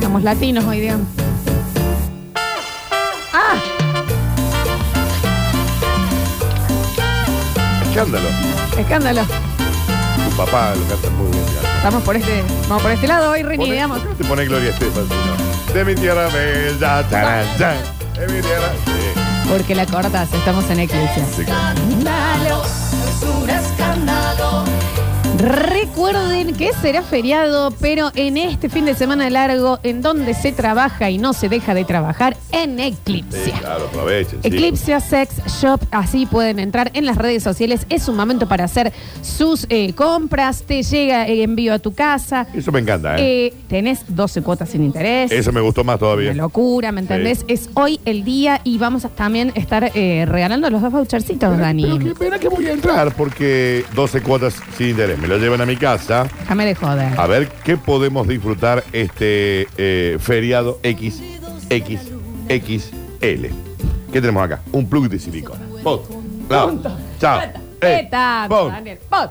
Somos latinos hoy día. ¡Ah! Escándalo. Escándalo. Tu papá lo canta muy bien. ya. Vamos por este, vamos por este lado hoy, Rini, Pone- digamos. ¿por qué Te pone Gloria Estefan. si no? De mi tierra bella. tarán, ya. De mi tierra. Sí, Porque la cortas, estamos en Eclipse. este. sí, claro. Escándalo. Recuerden que será feriado, pero en este fin de semana largo, en donde se trabaja y no se deja de trabajar, en Eclipse. Sí, claro, aprovechen. sí. Eclipse Sex Shop, así pueden entrar en las redes sociales. Es un momento para hacer sus eh, compras. Te llega eh, envío a tu casa. Eso me encanta, ¿eh? Eh, tenés 12 cuotas sin interés. Eso me gustó más todavía. Una locura, ¿me entendés? Sí. Es hoy el día y vamos a también estar eh, regalando los dos vouchercitos, Pero Dani. que, verá que voy a entrar porque 12 cuotas sin interés. Me lo llevan a mi casa. Déjame de joder. A ver qué podemos disfrutar este eh, feriado X, X, XL. ¿Qué tenemos acá? Un plug de silicona. Pot. Claro. Chao. Eh, Eta, pon. Daniel, pon,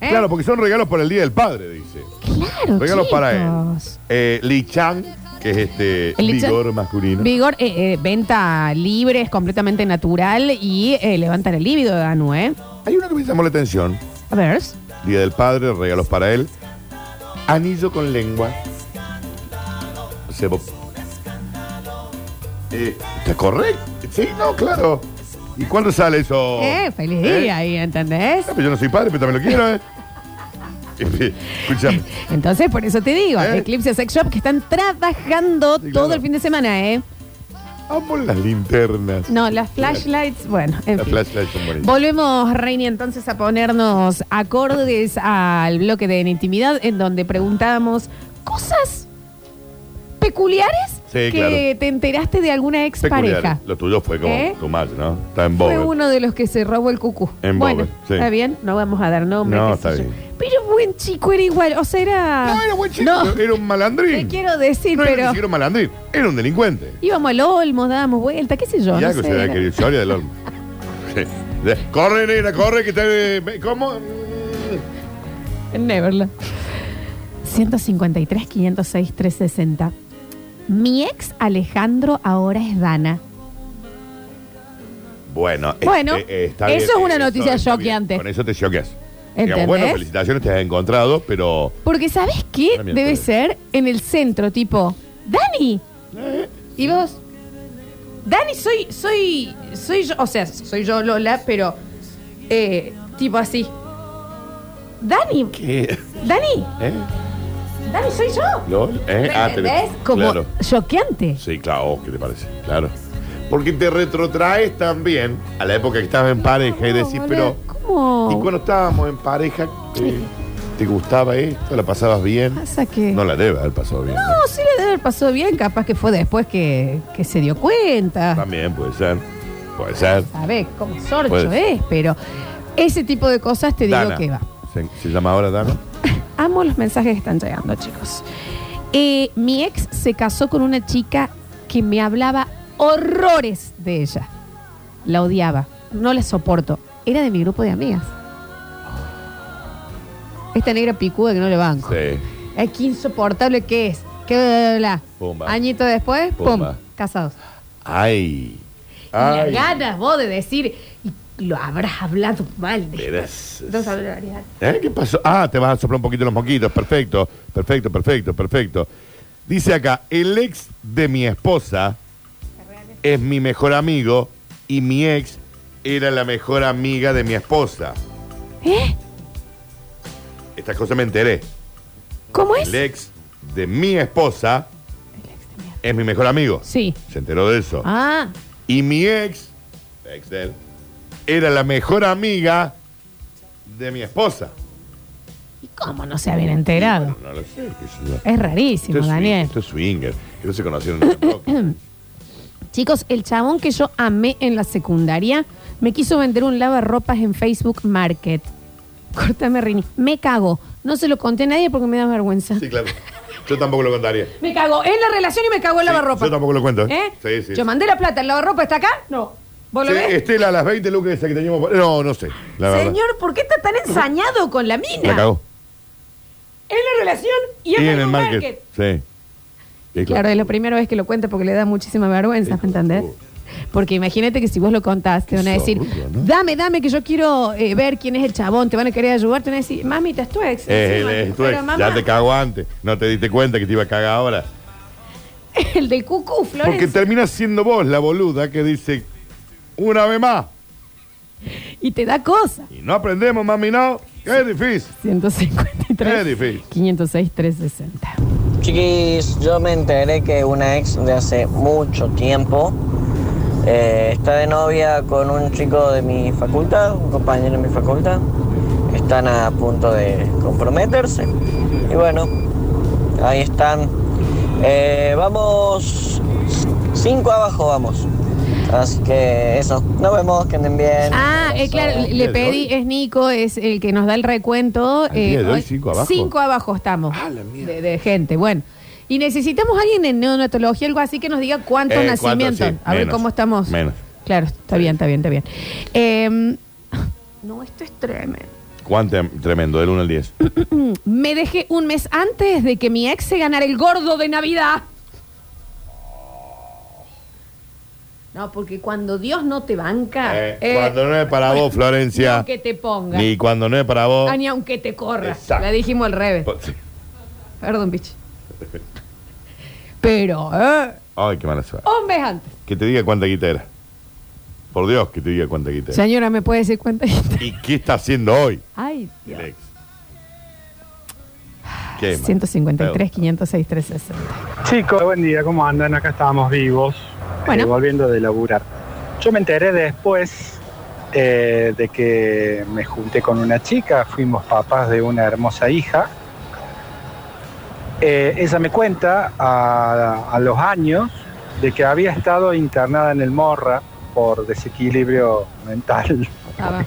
¿eh? Claro, porque son regalos para el Día del Padre, dice. Claro, Regalos chicos. para él. Eh, Li Chang, que es este El lichón- vigor masculino. Vigor, eh, eh, venta libre, es completamente natural y eh, levanta el líbido, Danu, ¿eh? Hay uno que me llamó la atención. A ver. Día del Padre, regalos para él. Anillo con lengua. Sebo. Eh, ¿Está correcto? Sí, no, claro. ¿Y cuándo sale eso? Eh, feliz ¿Eh? día ahí, ¿entendés? Ah, pero yo no soy padre, pero también lo quiero, ¿eh? Eh, Escúchame. Entonces, por eso te digo, ¿Eh? Eclipse Sex Shop, que están trabajando Sí, todo claro. el fin de semana, ¿eh? Amo las linternas. No, las flashlights, bueno, en Las fin. flashlights son bonitas. Volvemos, Reini, entonces a ponernos acordes al bloque de En intimidad, en donde preguntábamos cosas peculiares Sí, que claro. te enteraste de alguna Peculiar. expareja. Lo tuyo fue como ¿Eh? tu madre, ¿no? Está en Fue boga. uno de los que se robó el cucú. En bueno, Bober, sí. está bien, no vamos a dar nombre. No, qué sé está yo. bien. Pero buen chico era igual, o sea, era... No, era buen chico. No, Era un te malandrín. quiero decir, no era ni pero... siquiera un malandrín. Era un delincuente. Íbamos al Olmo, dábamos vuelta, qué sé yo. no Ya sé, que se da era- que historia del horno. Sí. De- Corre, negra, corre, que te. eh, ¿Cómo? Mm. En Neverland. 153, 506, 360. Mi ex Alejandro ahora es Dana. Bueno, este, Bueno, eso es una noticia está bien. choqueante. Con eso te choqueas. ¿Entendés? Bueno, felicitaciones, te has encontrado, pero. Porque ¿sabes qué? Ahora Debe miércoles. ser en el centro, tipo, Dani. Eh. ¿Y vos? Dani, soy, soy, soy yo, o sea, soy yo Lola, pero, eh, tipo así. Dani, ¿Qué? Dani, ¿Eh? Dani, soy yo. ¿Lol? ¿Eh? Ah, te- ¿Entendés? Como Claro. choqueante. Sí, claro, oh, ¿qué te parece? Claro. Porque te retrotraes también a la época que estabas en pareja y decís, No, pero. ¿Cómo? ¿Y cuando estábamos en pareja? eh, ¿Te gustaba esto? ¿La pasabas bien? Pasa que... No la debe haber pasado bien. No, sí le debe haber pasado bien, capaz que fue después que, que se dio cuenta. También puede ser. Puede ser. Sabés cómo sorcho Puede es, pero ese tipo de cosas te digo Dana. que va. ¿Se, se llama ahora Dana? Amo los mensajes que están llegando, chicos. Eh, mi ex se casó con una chica que me hablaba horrores de ella. La odiaba, no la soporto. Era de mi grupo de amigas. Esta negra picuda que no le banco. Sí. Es que insoportable que es. Que bla, bla, bla. Pumba. Añito después, pum, Pumba. casados. Ay. Y las Ay. ganas vos de decir, y lo habrás hablado mal de Verás. Dos hablarías. ¿Eh? ¿Qué pasó? Ah, te vas a soplar un poquito los moquitos. Perfecto. Perfecto, perfecto, perfecto. Dice acá, el ex de mi esposa es mi mejor amigo y mi ex era la mejor amiga de mi esposa. ¿Eh? Estas cosas me enteré. ¿Cómo es? El ex de mi esposa es mi mejor amigo. Sí. Se enteró de eso. Ah, Y mi ex, la ex de él, era la mejor amiga de mi esposa. ¿y cómo no se habían enterado? No lo sé. qué sé yo. Es rarísimo, Esto es swing, Daniel. Esto es swinger. Que no se conocieron en época. Chicos, el chabón que yo amé en la secundaria me quiso vender un lavarropas en Facebook Market. Córtame, Rini. Me cago. No se lo conté a nadie porque me da vergüenza. Sí, claro. Yo tampoco lo contaría. Me cago en la relación y me cago en la Sí, lavarropa. yo tampoco lo cuento, ¿Eh? ¿eh? Sí, sí, Yo sí. mandé la plata, ¿el lavarropa está acá? No. ¿Vos lo Sí, ves? Estela, a las 20 lucas esa que teníamos. por- No, no sé. La verdad. Señor, ¿por qué está tan ensañado con la mina? La cagó. En la relación y, en, el market. Sí. Sí, Claro, es la primera vez que lo cuenta porque le da muchísima vergüenza, Hijo ¿me de entendés? puta. Porque imagínate que si vos lo contás, te van a Qué decir, zorrudo, ¿no? dame, dame, que yo quiero eh, ver quién es el chabón, te van a querer ayudar, te van a decir, mamita, es tu ex. Eh, Encima, eh, tú, pero eh, mamá, ya te cago antes. No te diste cuenta que te iba a cagar ahora. El del cucú, Porque Florencia. terminas siendo vos la boluda que dice una vez más. Y te da cosa. Y no aprendemos, mami, no. Es difícil. 153. Es difícil. 506, 360. Chiquis, yo me enteré que una ex de hace mucho tiempo eh, está de novia con un chico de mi facultad, un compañero de mi facultad. Están a punto de comprometerse. Y bueno, ahí están. Eh, vamos, cinco abajo vamos. Así que eso, nos vemos, que anden bien. Ah, eh, claro, ¿Al le día de pedí, hoy? es Nico, es el que nos da el recuento. eh, ¿Al día de hoy, cinco abajo? Cinco abajo estamos. Ah, la mierda. de, de gente, bueno. Y necesitamos a alguien en neonatología, algo así que nos diga cuántos Eh, cuántos, nacimientos. sí, a ver menos, cómo estamos. menos. Claro, está bien, está bien, está bien. Eh, no, esto es tremendo. Cuánto tremendo, del 1 al 10. Me dejé un mes antes de que mi ex se ganara el gordo de Navidad. No, porque cuando Dios no te banca. Eh, eh, cuando no es para ni vos, Florencia. aunque te ponga. Ni cuando no es para vos. Ah, ni aunque te corra. Exacto. Pues, La dijimos al revés. Po- sí. Perdón, bicho. Pero, ¿eh? Ay, qué mala suerte. Un mes antes. Que te diga cuánta guita era. Por Dios, que te diga cuánta guita era. Señora, ¿me puede decir cuánto? ¿Y qué está haciendo hoy Ay, el Dios. ex? Qué mal. 153, 506, 360. Chicos, buen día, ¿cómo andan? Acá estábamos vivos, Bueno. eh, volviendo de laburar. Yo me enteré después eh, de que me junté con una chica, fuimos papás de una hermosa hija. Eh, ella me cuenta a, a los años de que había estado internada en el Morra por desequilibrio mental. Ah, va.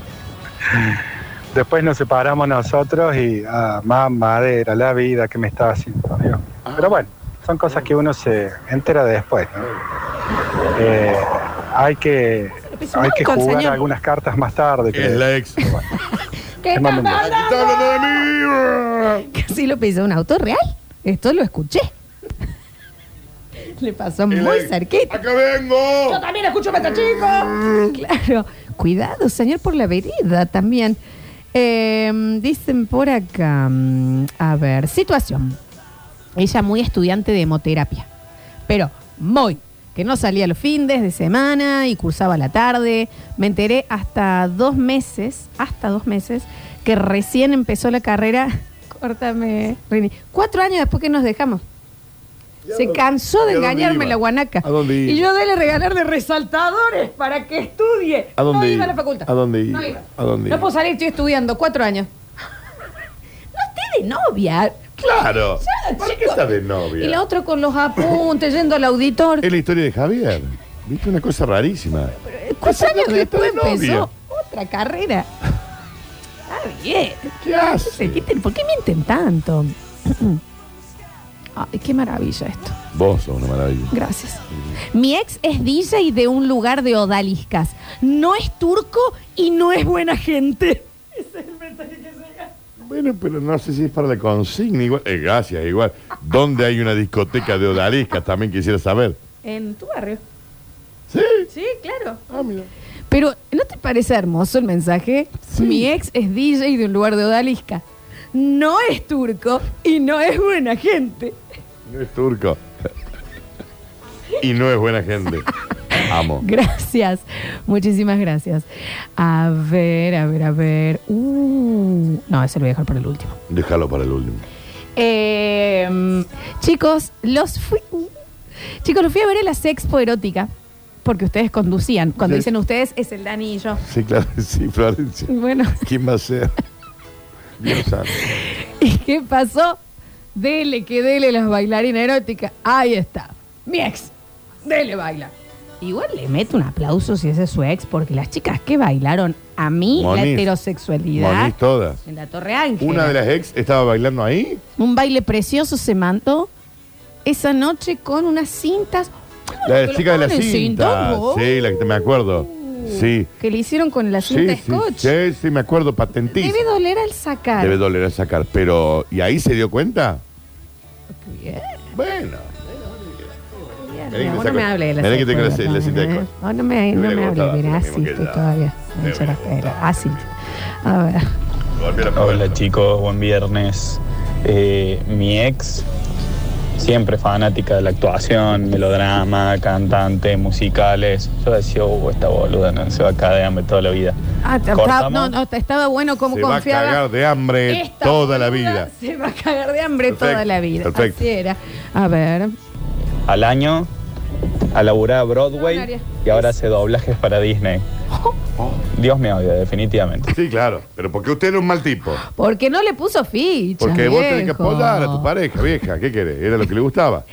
Después nos separamos nosotros y, ah, más madera, la vida que me estaba haciendo. Dios. Pero bueno, son cosas que uno se entera después. ¿no? Eh, hay que, Es un hay que montón, jugar señor. algunas cartas más tarde. creo. Es la ex. ¿Qué Te mando un beso. tal? ¡Está hablando de mí! Casi lo pisó un auto real. Esto lo escuché. Le pasó Es la muy ex. cerquita. ¡Acá vengo! Yo también escucho Meta Chico. Mm, Claro. Cuidado, señor, por la vereda también. Eh, dicen por acá, mm, a ver, situación. Ella muy estudiante de hemoterapia, pero muy, que no salía los fines de semana y cursaba la tarde. Me enteré hasta dos meses, hasta dos meses, que recién empezó la carrera. Córtame, Rini. Cuatro años después que nos dejamos. Se cansó de ¿Y a dónde engañarme iba? la guanaca. ¿A dónde iba? Y yo dele regalarle resaltadores para que estudie. ¿A dónde no iba iba? a la facultad. ¿A dónde No iba? iba. ¿A dónde No iba? puedo salir, estoy estudiando. Cuatro años. no esté de novia. Claro. Ya, ¿Por qué chico. está de Y la novia? Eh, otra con los apuntes, yendo al auditor. Es la historia de Javier. ¿Viste una cosa rarísima? Cuatro años Está de después novia. empezó otra carrera. Está bien. ¿Qué Se hace? quiten- ¿Por qué mienten tanto? Ay, qué maravilla esto. Vos sos una maravilla. Gracias. Mm. Mi ex es DJ de un lugar de odaliscas. No es turco y no es buena gente. Bueno, pero no sé si es para la consigna. Igual. Eh, gracias, igual. ¿Dónde hay una discoteca de odaliscas? También quisiera saber. En tu barrio. ¿Sí? Sí, claro. Ah, mira. Pero, ¿no te parece hermoso el mensaje? Sí. Mi ex es DJ de un lugar de odalisca. No es turco y no es buena gente. No es turco. y no es buena gente. Amo. Gracias. Muchísimas gracias. A ver, a ver, a ver. Uh, no, ese lo voy a dejar para el último. Déjalo para el último. Eh, chicos, los fui. Chicos, los fui a ver en la Sexpo Erótica. Porque ustedes conducían. Cuando Sí. dicen ustedes, es el Dani y yo. Sí, claro, sí, Florencia. Bueno, ¿Quién va a ser? Dios santo. ¿y qué pasó? Dele que dele las bailarinas eróticas. Ahí está. Mi ex. Dele baila. Igual le meto un aplauso si ese es su ex, porque las chicas que bailaron a mí, la Moniz. heterosexualidad. Monís todas. En la Torre Ángel. Una de las ex estaba bailando ahí. Un baile precioso se mandó esa noche con unas cintas. La Te lo chica de la ponen cinta. cinta, vos. Sí, la que te- me acuerdo. Sí. Que le hicieron con la cinta Sí, sí, Scotch. sí, sí, me acuerdo, Debe patentísimo. doler al sacar. Debe doler a sacar, pero ¿y ahí se dio cuenta? Bueno, mierda, Mirá que vos te no me sacó- hables de la mirá que te secuela, crece- le hermana, cita de ¿eh? cosas. Vos no me, Me no hubiera me hables, gustado, mirá, lo mismo así que estoy ella. todavía. Ancho Me las hubiera peras, gustado. así. Ah, A ver. Golpea la puerta. Hola chicos, buen viernes. Eh, mi ex, siempre fanática de la actuación, melodrama, cantante, musicales. Yo decía, uh, esta boluda no se va a caer de hambre toda la vida. Ah, te- Cortamos. no, no, te estaba bueno como Se va a confiaba. cagar de hambre Esta toda la boluda vida. Se va a cagar de hambre Perfecto, toda la vida. perfecto. Así era. A ver. Al año, a laburar a No, no haría. Broadway y ahora hace doblajes para Disney. Dios me odia, definitivamente. Sí, claro. Pero porque usted era un mal tipo. ¿Por qué no le puso ficha? Porque vos tenés que viejo? apoyar a tu pareja, vieja. ¿Qué querés? Era lo que le gustaba.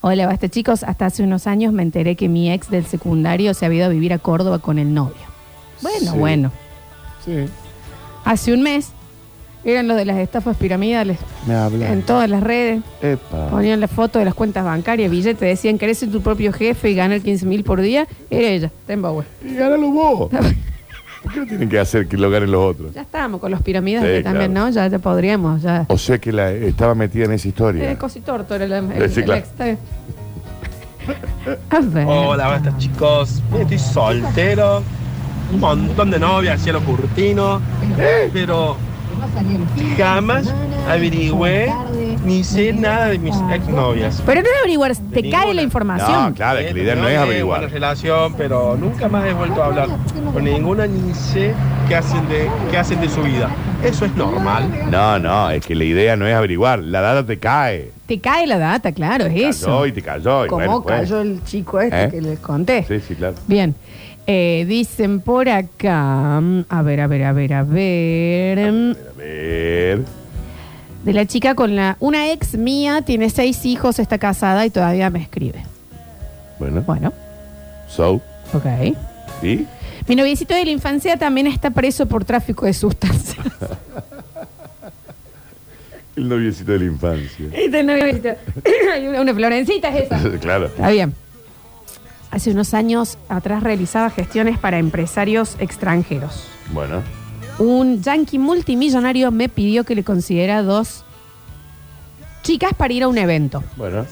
Hola, basta chicos. Hasta hace unos años me enteré que mi ex del secundario se había ido a vivir a Córdoba con el novio. Bueno, Sí. bueno. Sí. Hace un mes eran los de las estafas piramidales. Me habla. En todas las redes. Epa. Ponían la foto de las cuentas bancarias, billetes, decían que eres tu propio jefe y ganar 15 mil por día. Era ella, Ten Bauer. Y ganalo vos. ¿Por qué no tienen que hacer que lo ganen los otros? Ya estábamos con los piramidas Sí, que también, claro. Oh, ¿no? Ya, ya podríamos, ya. O sea que la, estaba metida en esa historia. Eh, cositorto era la- el, Eh, sí, el claro. ex, está bien. A ver. Hola, basta chicos. Estoy soltero. Un montón de novias, cielo curtino. Pero jamás averigüé ni sé nada de mis exnovias. Pero no es averiguar, te De cae la ninguna. información. No, claro, es Ah, que la idea no es Tengo averiguar. Una relación, pero nunca más he vuelto a hablar con ninguna ni sé qué hacen de, qué hacen de su vida. Eso es normal. No, no, es que la idea no es averiguar. La data te cae. Te cae la data, claro, es eso. Cayó y te cayó. Y Como bueno, fue. cayó el chico este ¿Eh? que les conté. Sí, sí, claro. Bien. Eh, dicen por acá, mm, a ver, a ver, a ver, a ver. mm, A ver. De la chica con la. Una ex mía tiene seis hijos, está casada y todavía me escribe. Bueno, Bueno, so. ok. ¿Y? Mi noviecito de la infancia también está preso por tráfico de sustancias. El noviecito de la infancia. Este noviecito. Hay una- una florencita es esa. claro. Está bien. Hace unos años atrás realizaba gestiones para empresarios extranjeros. Bueno. Un yankee multimillonario me pidió que le consiguiera dos chicas para ir a un evento. Bueno.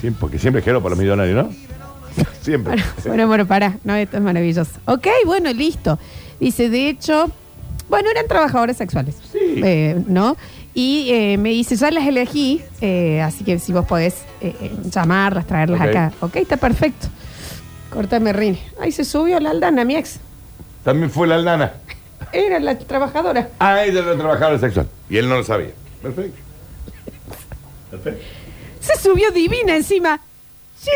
Sí, porque siempre quiero para los millonarios, ¿no? Siempre. Bueno, bueno, bueno, pará. No, esto es maravilloso. Ok, bueno, listo. Dice, de hecho, bueno, eran trabajadores sexuales. Sí. Eh, ¿No? Y eh, me dice, ya las elegí, eh, así que si vos podés eh, eh, llamarlas, traerlas Ok. acá. Ok, está perfecto. Córtame, Rini. Ahí se subió la aldana, mi ex. También fue la aldana. Era la trabajadora. Ah, ella era trabajadora sexual. Y él no lo sabía. Perfecto. Perfecto. Se subió divina encima. Sí.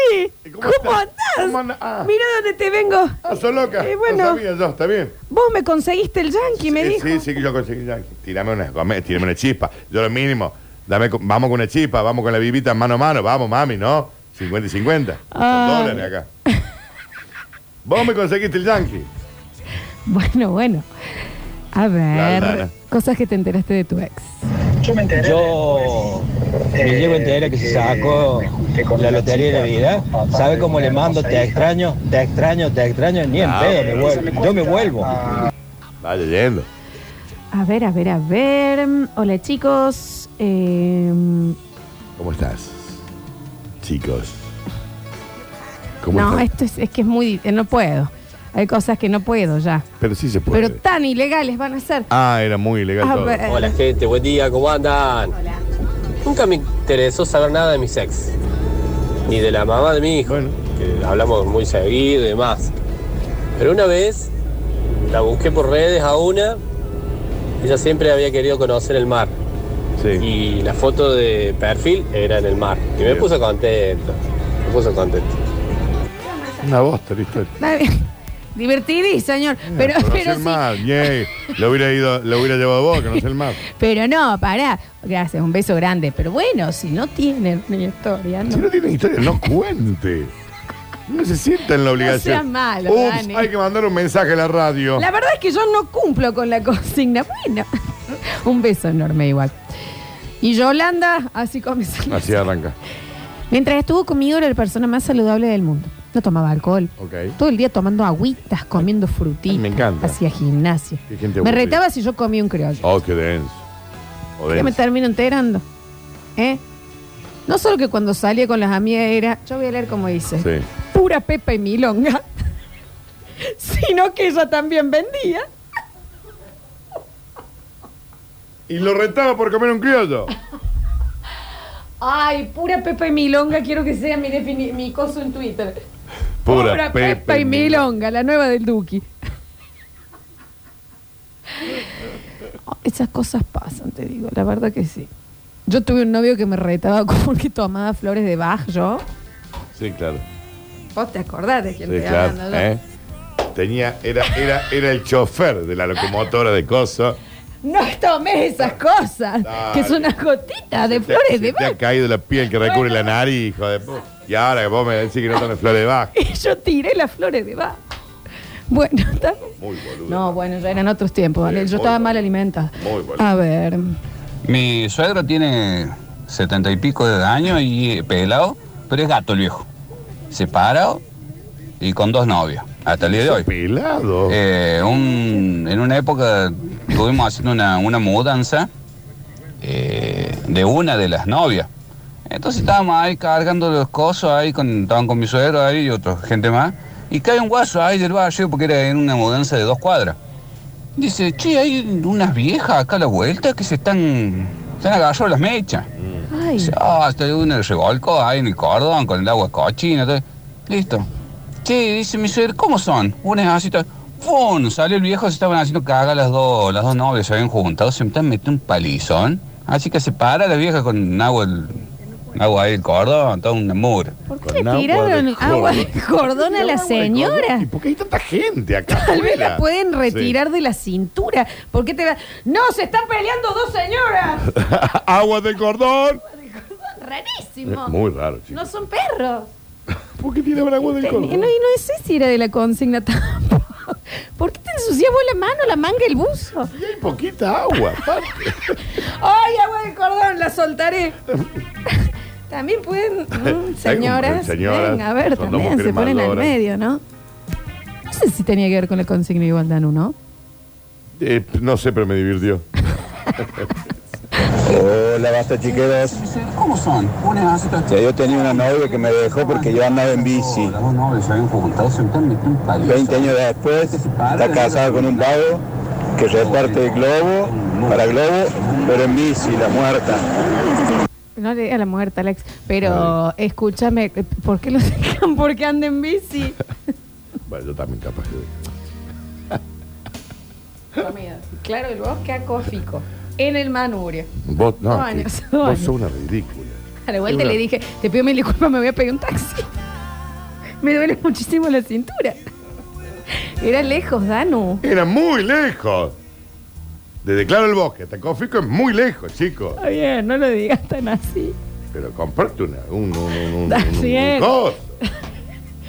¿Y ¿Cómo, cómo estás? andás? ¿Cómo andás? Ah. Mira dónde te vengo. Ah, sos loca. Eh, bueno. No sabía yo, está bien. Vos me conseguiste el yankee, me sí, dijo. Sí, sí, que yo conseguí. ya. Tírame una, come- tírame una chispa. Yo lo mínimo. Dame, con- vamos con una chispa, vamos con la bibita mano a mano. Vamos, mami, ¿no? 50 y 50. Son Ah. dólares acá. Vos me conseguiste el yankee. Bueno, bueno. A ver, Aldana. cosas que te enteraste de tu ex. Yo me llevo entera que se sacó la lotería de Navidad. ¿Sabe cómo le mando? Te extraño, te extraño, te extraño. Ni en Ah, pedo, me pero vuelvo. Yo me vuelvo. Está leyendo. A ver, a ver, a ver. Hola chicos. Eh, ¿Cómo estás? Chicos. ¿Cómo no, estás? esto es, es que es muy... eh, No puedo. Hay cosas que no puedo ya. Pero sí se puede. Pero tan ilegales van a ser. Ah, era muy ilegal A todo. ver. Hola gente, buen día, ¿cómo andan? Nunca me interesó saber nada de mi ex, ni de la mamá de mi hijo, Bueno. que hablamos muy seguido y demás. Pero una vez la busqué por redes a una, ella siempre había querido conocer el mar Sí. y la foto de perfil era en el mar. Y me Bien. puso contento, me puso contento. Una bosta la historia. Está bien. Divertidí, señor. Pero, Conocer pero Eh, el sí. mar, yay. Lo hubiera ido, lo hubiera llevado vos, que no sé el mar. Pero no, pará. Gracias, un beso grande. Pero bueno, si no tienen ni historia, Si no. no tiene historia, no cuente. No se sienta en la obligación. seas malo, Ups, Dani. hay que mandar un mensaje a la radio. La verdad es que yo no cumplo con la consigna. Bueno, un beso enorme igual. Y Yolanda, así comienza. Así arranca. Mientras estuvo conmigo era la persona más saludable del mundo. No tomaba alcohol. Ok. Todo el día tomando agüitas, comiendo frutitas. Ay, me encanta. Hacía gimnasia. Qué gente Me aburrida. retaba si yo comía un criollo. Oh, qué denso. O ¿Qué me denso. termino enterando? ¿Eh? No solo que cuando salía con las amigas era, yo voy a leer como dice, Sí. pura pepa y milonga, sino que ella también vendía. Y lo retaba por comer un criollo. Ay, pura pepa y milonga, quiero que sea mi, defini- mi coso en Twitter. Pura, Pura pepa, y milonga, la nueva del Duki. Oh, Esas cosas pasan, te digo, la verdad que sí. Yo tuve un novio que me retaba como que tomaba flores de Bach, yo. Sí, claro. Vos te acordás de quién Sí, te claro. hablando yo. ¿eh? Tenía, era, era, era el chofer de la locomotora de coso. No tomes esas cosas, Dale. que son unas gotitas de Se te- flores se de Te Bach. ha caído la piel que recubre la nariz, hijo de pu- Y ahora que vos me decís que no tenés flores de Bach. Y yo tiré las flores de Bach. Bueno, está Muy boludo. No, bueno, ya eran otros tiempos, ¿vale? Sí, Yo muy estaba bueno. mal alimentada. Muy bueno. A ver. Mi suegro tiene setenta y pico de años y eh, pelado, pero es gato el viejo. Separado y con dos novias, hasta el día de hoy. Pelado. Eh, un- en una época estuvimos haciendo una, una mudanza eh, de una de las novias. Entonces estábamos ahí cargando los cosos, ahí con, estaban con mi suegro ahí y otra gente más. Y cae un guaso ahí del barrio porque era en una mudanza de dos cuadras. Dice, che, hay unas viejas acá a la vuelta que se están, se han agarrado las mechas. Ay, Dice, ah, estoy uno revolco ahí en el cordón con el agua cochina. todo. Listo. Che, dice mi suegro, ¿cómo son? Una es así, todo. ¡Fum! Salió el viejo, se estaban haciendo caga las dos, las dos novias, se habían juntado, se están metiendo un palizón. Así que se para la vieja con agua, el- agua ahí el cordón, toda una mugre. ¿por con qué le agua tiraron de agua de cordón. cordón a la ¿Y señora? por qué hay tanta gente acá? Tal vez la afuera? pueden Sí. retirar de la cintura. ¿Por qué te va? ¡No, se están peleando dos señoras! Agua de cordón. Rarísimo. Es muy raro, chicos. No son perros. ¿Por qué tiraban agua Ten- de No, y cordón? no sé si era de la consigna tampoco. ¿Por qué te ensucias vos la mano, la manga, el buzo? Y hay poquita agua. aparte. ¡Ay, agua de cordón! La soltaré. También pueden, mm, señoras, Señoras, venga, a ver, son dos también se mujeres ponen al maduras. medio, ¿no? No sé si tenía que ver con la consigna de igualdad, ¿no? ¿no? Eh, no sé, pero me divirtió. Hola, basta chiqueros. ¿Cómo son? Una es así, Ya yo tenía una novia que me dejó porque yo andaba en bici. Las dos novias se habían juntado, se están metiendo un palizón. 20 años después, está casada con un vago que reparte globo para globo, pero en bici, la muerta. No le a la muerta, Alex. Pero escúchame, ¿por qué los dejan? Porque anden en bici. Bueno, yo también capaz que. Comida. Claro, el bosque acófico. En el manurio. Vos, no, Dos años, que- dos vos años. sos una ridícula. A la vuelta le dije, te pido mil disculpas, me voy a pedir un taxi. me duele muchísimo la cintura. Era lejos, Danu. Era muy lejos. Desde Claro el Bosque hasta Cofico es muy lejos, chicos. Está bien, no lo digas tan así. Pero comprarte una, un, un, un, un, Está un- un bien. coso.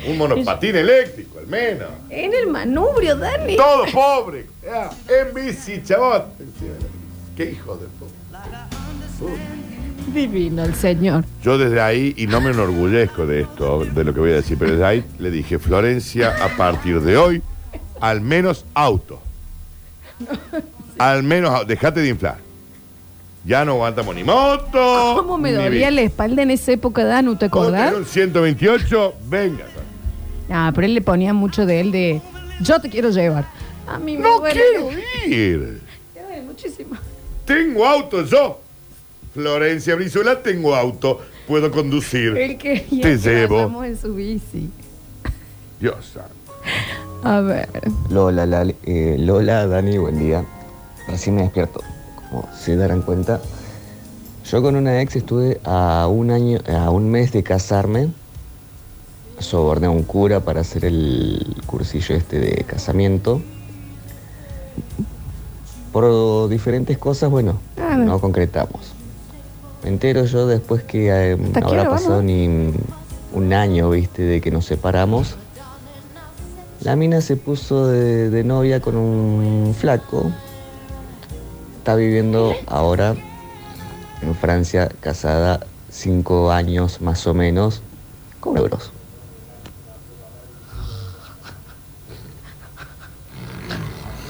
Un monopatín eléctrico, al menos. En el manubrio, Dani. Todo pobre. Ya, En bici, chabón. Qué hijo de po- Divino el señor. Yo desde ahí, y no me enorgullezco de esto, de lo que voy a decir, pero desde ahí le dije, Florencia, a partir de hoy, al menos auto. Al menos, au- dejate de inflar. Ya no aguantamos ni moto. ¿Cómo me ni dolía bici. la espalda en esa época, Danu? ¿Te Vos acordás? tenés un 128, venga. Ah, pero él le ponía mucho de él de yo te quiero llevar. A mí me No duele. quiero ir. Me duele muchísimo. Tengo auto yo. Florencia Brizuela, tengo auto. Puedo conducir. Él quería que Te llevo. vayamos en su bici. Dios santo. A ver. Lola, Lali- eh, Lola, Dani, buen día. Recién me despierto, como se darán cuenta. Yo con una ex estuve a un año, a un mes de casarme. Soborné a un cura para hacer el cursillo este de casamiento. Por diferentes cosas, bueno, Ah, no. no concretamos. Me entero yo después que eh, ¿Hasta qué hora habrá vamos? pasado ni un año, viste, de que nos separamos. La mina se puso de, de novia con un flaco. Está viviendo ahora en Francia, casada, cinco años más o menos, con euros.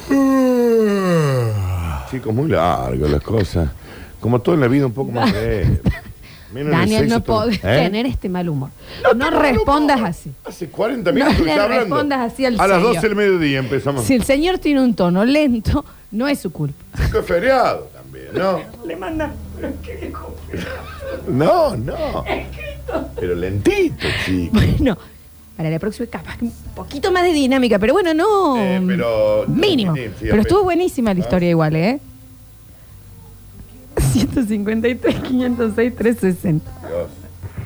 Chicos, muy largo las cosas. Como todo en la vida, un poco más breve. Miren el Daniel, sexo no todo. podés ¿Eh? tener este mal humor. No, respondas así. Hace 40 No minutos que le está hablando. respondas así al A las señor. 12 del mediodía empezamos. Si el señor tiene un tono lento, no es su culpa. Chico, es feriado también, ¿no? Le mandan. ¿Qué No, no. Pero lentito, chico. Bueno, para la próxima capaz que un poquito más de dinámica, pero bueno, no. Eh, pero- Mínimo. Sí, Ah. sí, pero apenas. estuvo buenísima la historia igual, ¿eh? 153, 506, 360.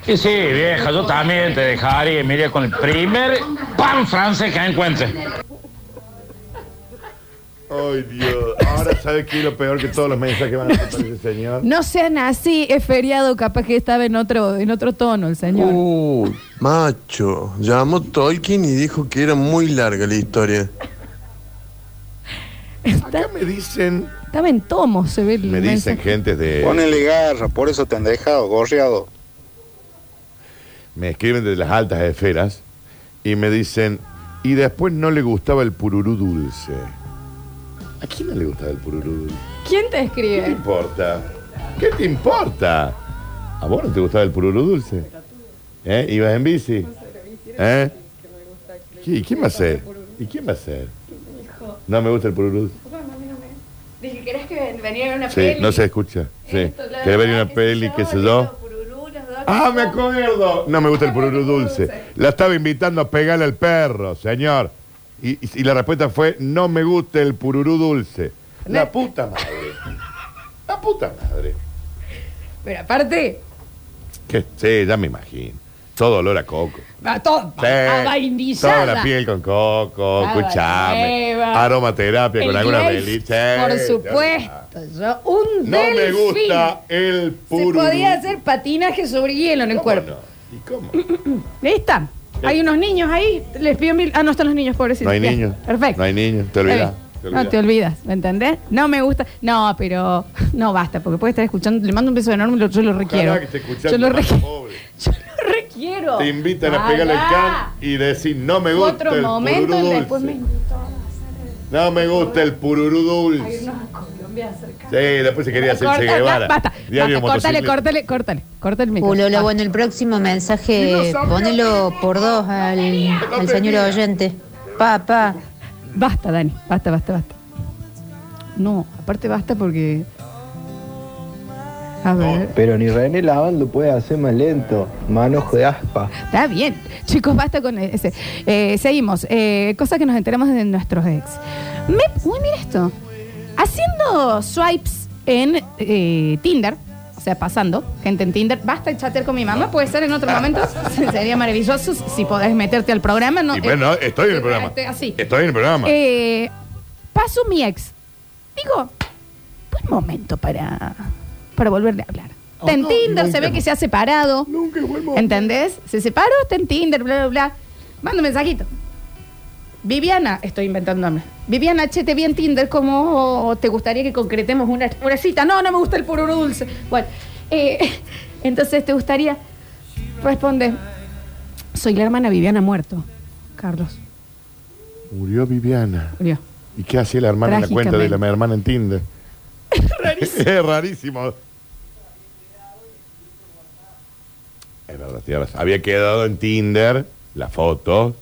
Y sí, vieja, yo también te dejaría y me iría con el primer pan francés que encuentre. Ay, Dios. Ahora sabe que es lo peor que todos los mensajes van a hacer ese señor. No sean así, es feriado, capaz que estaba en otro, en otro tono el señor. Uh, macho, llamó Tolkien y dijo que era muy larga la historia. Acá me dicen. Estaba en tomo, se ve el Me dicen mensaje. gentes de. Ponele garra, por eso te han dejado gorreado. Me escriben desde las altas esferas y me dicen. Y después no le gustaba el pururú dulce. ¿A quién no le gustaba el pururú dulce? ¿Quién te ¿Qué te escribe? importa? ¿Qué te importa? ¿A vos no te gustaba el pururú dulce? ¿Eh? ¿Ibas en bici? ¿Eh? ¿Y quién va a ser? ¿Y quién va a ser? No me gusta el pururú dulce. Dije, ¿querés que venir a una Sí, peli? no se escucha. Sí. Esto, la ¿Querés ver verdad, una peli, qué sé yo? Ah, me acuerdo. No me gusta el pururú dulce. La estaba invitando a pegarle al perro, señor. Y, y- y la respuesta fue, no me gusta el pururú dulce. La puta madre. La puta madre. Pero aparte, ¿Qué? Sí, ya me imagino. Todo olor a coco. va todo. Sí. a vainillada. Toda la piel con coco, Ah, escuchame. nueva. Aromaterapia con El alguna Grace, velita. Por supuesto, yo un No me delfín. gusta el Se pururú. podía hacer patinaje sobre hielo en el cuerpo. Ahí está. Hay unos niños ahí. Les pido mil. Ah, no están los niños, pobrecitos. No hay Ya. niños. Perfecto. No hay niños. Te olvidás. Te No te olvidas, ¿me entendés? No me gusta. No, pero no basta, porque puede estar escuchando. Le mando un beso enorme, lo- yo lo requiero. Ojalá que esté escuchando, yo lo más requiero. pobre. Lo requiero. Te invitan a pegarle el can y decir, no me gusta Otro el momento pururú y dulce. después me No me gusta el pururú a dulce. irnos a Colombia cerca. Sí, después se quería hacer Che Corta, Guevara. Basta, Diario basta, córtale, motocicleta. córtale, córtale, córtale el micrófono. Ulo, lo bueno, el próximo mensaje, ponelo por dos al, al señor oyente. Papá. Basta, Dani, basta, basta, basta. No, aparte basta porque. A ver. Pero ni René Laván lo puede hacer más lento. Manojo de aspa. Está bien, chicos, basta con ese. Eh, seguimos. Eh, cosas que nos enteramos de nuestros ex. Me- uy, mira esto. Haciendo swipes en eh, Tinder, o sea, pasando gente en Tinder. Basta de chatear con mi mamá, puede ser en otro momento. Sería maravilloso si podés meterte al programa. No, Y bueno, eh, estoy en el programa. este, así. Estoy en el programa. Eh, paso mi ex. Digo, buen momento para, para volverle a hablar. Está en no, Tinder, se nunca. ve que se ha separado. Nunca ¿Entendés? Se separó, está en Tinder, bla, bla, bla. Manda un mensajito. Viviana, estoy inventándome. Viviana, che, te vi en Tinder, ¿cómo te gustaría que concretemos una, una cita? No, no me gusta el pururu dulce. Bueno, eh, entonces te gustaría. Responde, soy la hermana Viviana muerto, Carlos. Murió Viviana. Murió. ¿Y qué hacía la hermana en la cuenta de la Trágicamente. hermana en Tinder? es rarísimo. Es verdad, tienes razón. Había quedado en Tinder la foto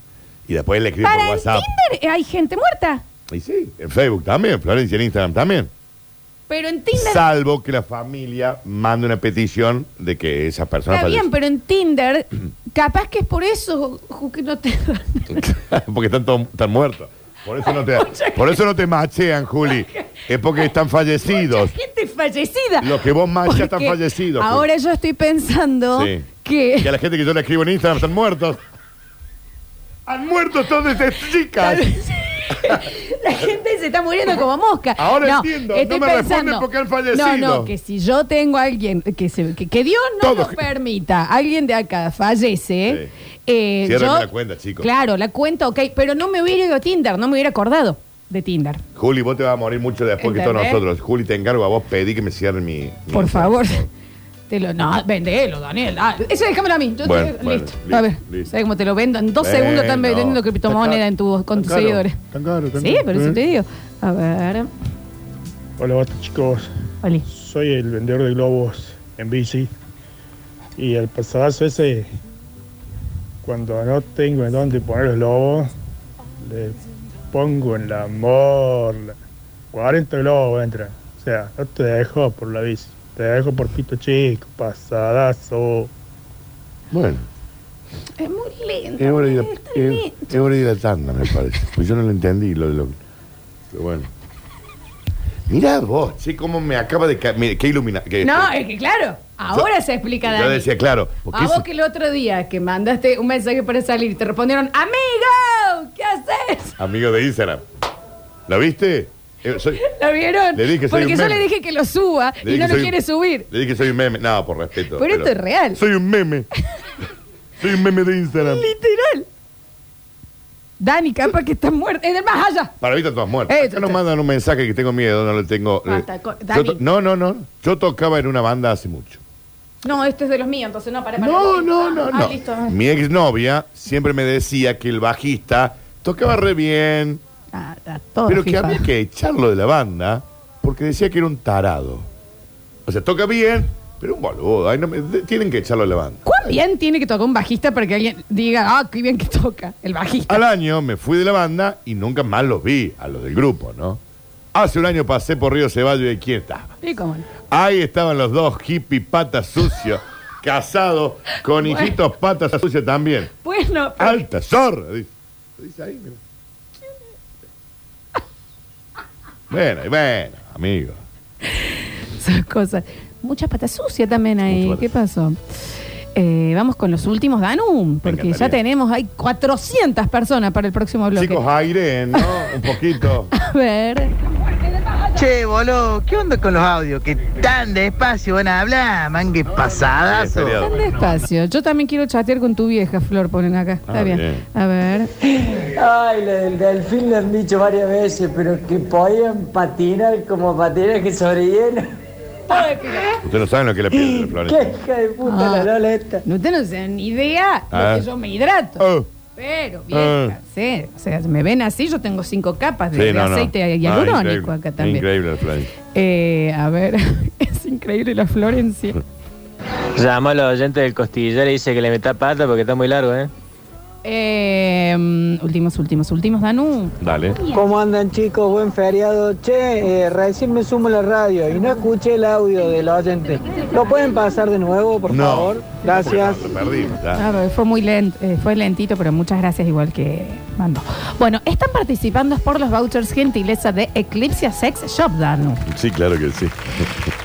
y después le escribí por Para el WhatsApp. Tinder eh, hay gente muerta, Y sí, en Facebook también, Florencia, en Instagram también. pero en Tinder. Salvo que la familia mande una petición de que esa persona Está bien, fallezca. pero en Tinder, capaz que es por eso Ju, que no te dan. porque están, todos- están muertos. Por eso, no te, por eso no te machean, Juli. Es porque están fallecidos. gente fallecida. Los que vos machas están Porque fallecidos. Juli. Ahora yo estoy pensando pues. Sí. que. Y a la gente que yo le escribo en Instagram están muertos. Han muerto todas estas chicas. La gente se está muriendo como mosca. Ahora entiendo, no me responden porque han fallecido. No, no, que si yo tengo a alguien, que, se- que, que Dios no lo permita, alguien de acá fallece. eh, Ciérrenme yo- la cuenta, chicos. Claro, la cuenta, ok, pero no me hubiera ido a Tinder, no me hubiera acordado de Tinder. Juli, vos te vas a morir mucho después que todos ¿Entendés? nosotros. Juli, te encargo a vos, pedí que me cierren mi. mi- Por favor. Te lo, no, vendelo, Daniel. Ah, eso déjamelo a mí. Yo te- Bueno, bueno, listo. listo, A ver, listo. ¿sabes cómo te lo vendo? En dos Bueno. segundos están vendiendo criptomoneda en tu, con Tan tus caro, seguidores. tan caro, tan sí, caro. pero eso Sí. te digo. A ver. Hola, basta chicos. Hola. Soy el vendedor de globos en bici. Y el pesadazo ese, cuando no tengo en dónde poner los globos, le pongo en la morla. 40 globos entra. O sea, no te dejo por la bici, te dejo por pito chico, pasadazo. Bueno. Es muy lento. Es hora de ir a- es- es hora de ir a la tanda, me parece. Pues yo no lo entendí. Lo, lo- pero bueno. Mirá vos, che, cómo me acaba de caer. Mira, qué ilumina. qué- No, es que claro, ahora se explica yo Dani. decía, claro. A Porque vos eso- que el otro día que mandaste un mensaje para salir, te respondieron, amigo, ¿qué haces? Amigo de Instagram. ¿Lo viste? Eh, soy- ¿Lo vieron? Le dije, soy Porque un yo meme. le dije que lo suba Le y dije, no lo soy un- quiere subir. Le dije, soy un meme. No, por respeto. Pero, esto es real. Soy un meme. soy un meme de Instagram. Literal. Dani, capaz que está muerto. Es del más allá. Para mí están todos muertos. Eh, Acá nos mandan un mensaje que tengo miedo, no lo tengo. eh. Basta, co- Yo Dani. to- no, no, no. Yo tocaba en una banda hace mucho. No, este es de los míos, entonces no, para, para. No, no, no, Ah, no. listo. Mi exnovia siempre me decía que el bajista tocaba re bien, Ah, ah, todo pero que FIFA. había que echarlo de la banda porque decía que era un tarado. O sea, toca bien, pero un boludo. Ay, no me- de- tienen que echarlo de la banda. ¿Cuán bien tiene que tocar un bajista para que alguien diga, ah, qué bien que toca el bajista? Al año me fui de la banda y nunca más los vi, a los del grupo, ¿no? Hace un año pasé por Río Ceballos y ¿quién estaba? ¿Y cómo no? Ahí estaban los dos hippies patas sucios, casados, con Bueno. hijitos patas sucios también. Bueno, pero- Alta zorra, dice. Dice ahí, mira. Bueno, y bueno, amigo. esas cosas. Mucha pata sucia también ahí. ¿Qué pasó? Eh, vamos con los últimos, Danum, porque ya encantaría. tenemos, hay 400 personas para el próximo bloque. Chicos, aire, ¿no? Un poquito. A ver. Che, boludo, ¿qué onda con los audios? Que tan despacio van a hablar, mangue pasadas. Sí, feriado. Tan despacio. Yo también quiero chatear con tu vieja, Flor, ponen acá. Está Ah, bien. bien. A ver. Ay, la del delfín le han dicho varias veces, pero que podían patinar como patinaje sobre hielo. Ustedes no saben lo que le piden las flores. ¿Qué hija de puta Ah, la Loleta? No ustedes no se dan ni idea Ah. de que yo me hidrato. Oh. Pero, vieja, Ah. sí. O sea, me ven así, yo tengo cinco capas de, Sí, de no, no. aceite No, hialurónico increíble. acá también. Increíble el Florencia. Eh, a ver, es increíble la Florencia. Llamó a los oyentes del costillero y dice que le meta pata porque está muy largo, ¿eh? Eh, mm, últimos, últimos, últimos, Danú. Dale. ¿Cómo andan chicos? Buen feriado. Che, eh, recién me sumo a la radio y no escuché el audio del oyente. ¿Lo pueden pasar de nuevo, por favor? Gracias. Ah, pero fue muy lent, eh, fue lentito, pero muchas gracias igual que mandó. Bueno, están participando por los vouchers gentileza de Eclipse Sex Shop, Danú. Sí, claro que sí.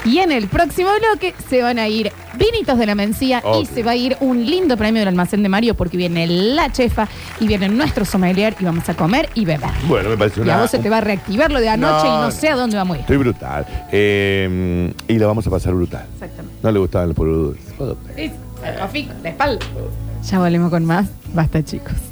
Y en el próximo bloque se van a ir vinitos de la mencía y Obvio. se va a ir un lindo premio del almacén de Mario porque viene la chefa y viene nuestro sommelier y vamos a comer y beber. Bueno, me parece y a una. vos se te va a reactivar lo de anoche No, y no no. sé a dónde vamos a ir. Estoy brutal. Eh, y la vamos a pasar brutal. Exactamente. No le gustaban los polvo dulce. Sí, al cofico, la espalda. Ya volvemos con más. Basta, chicos.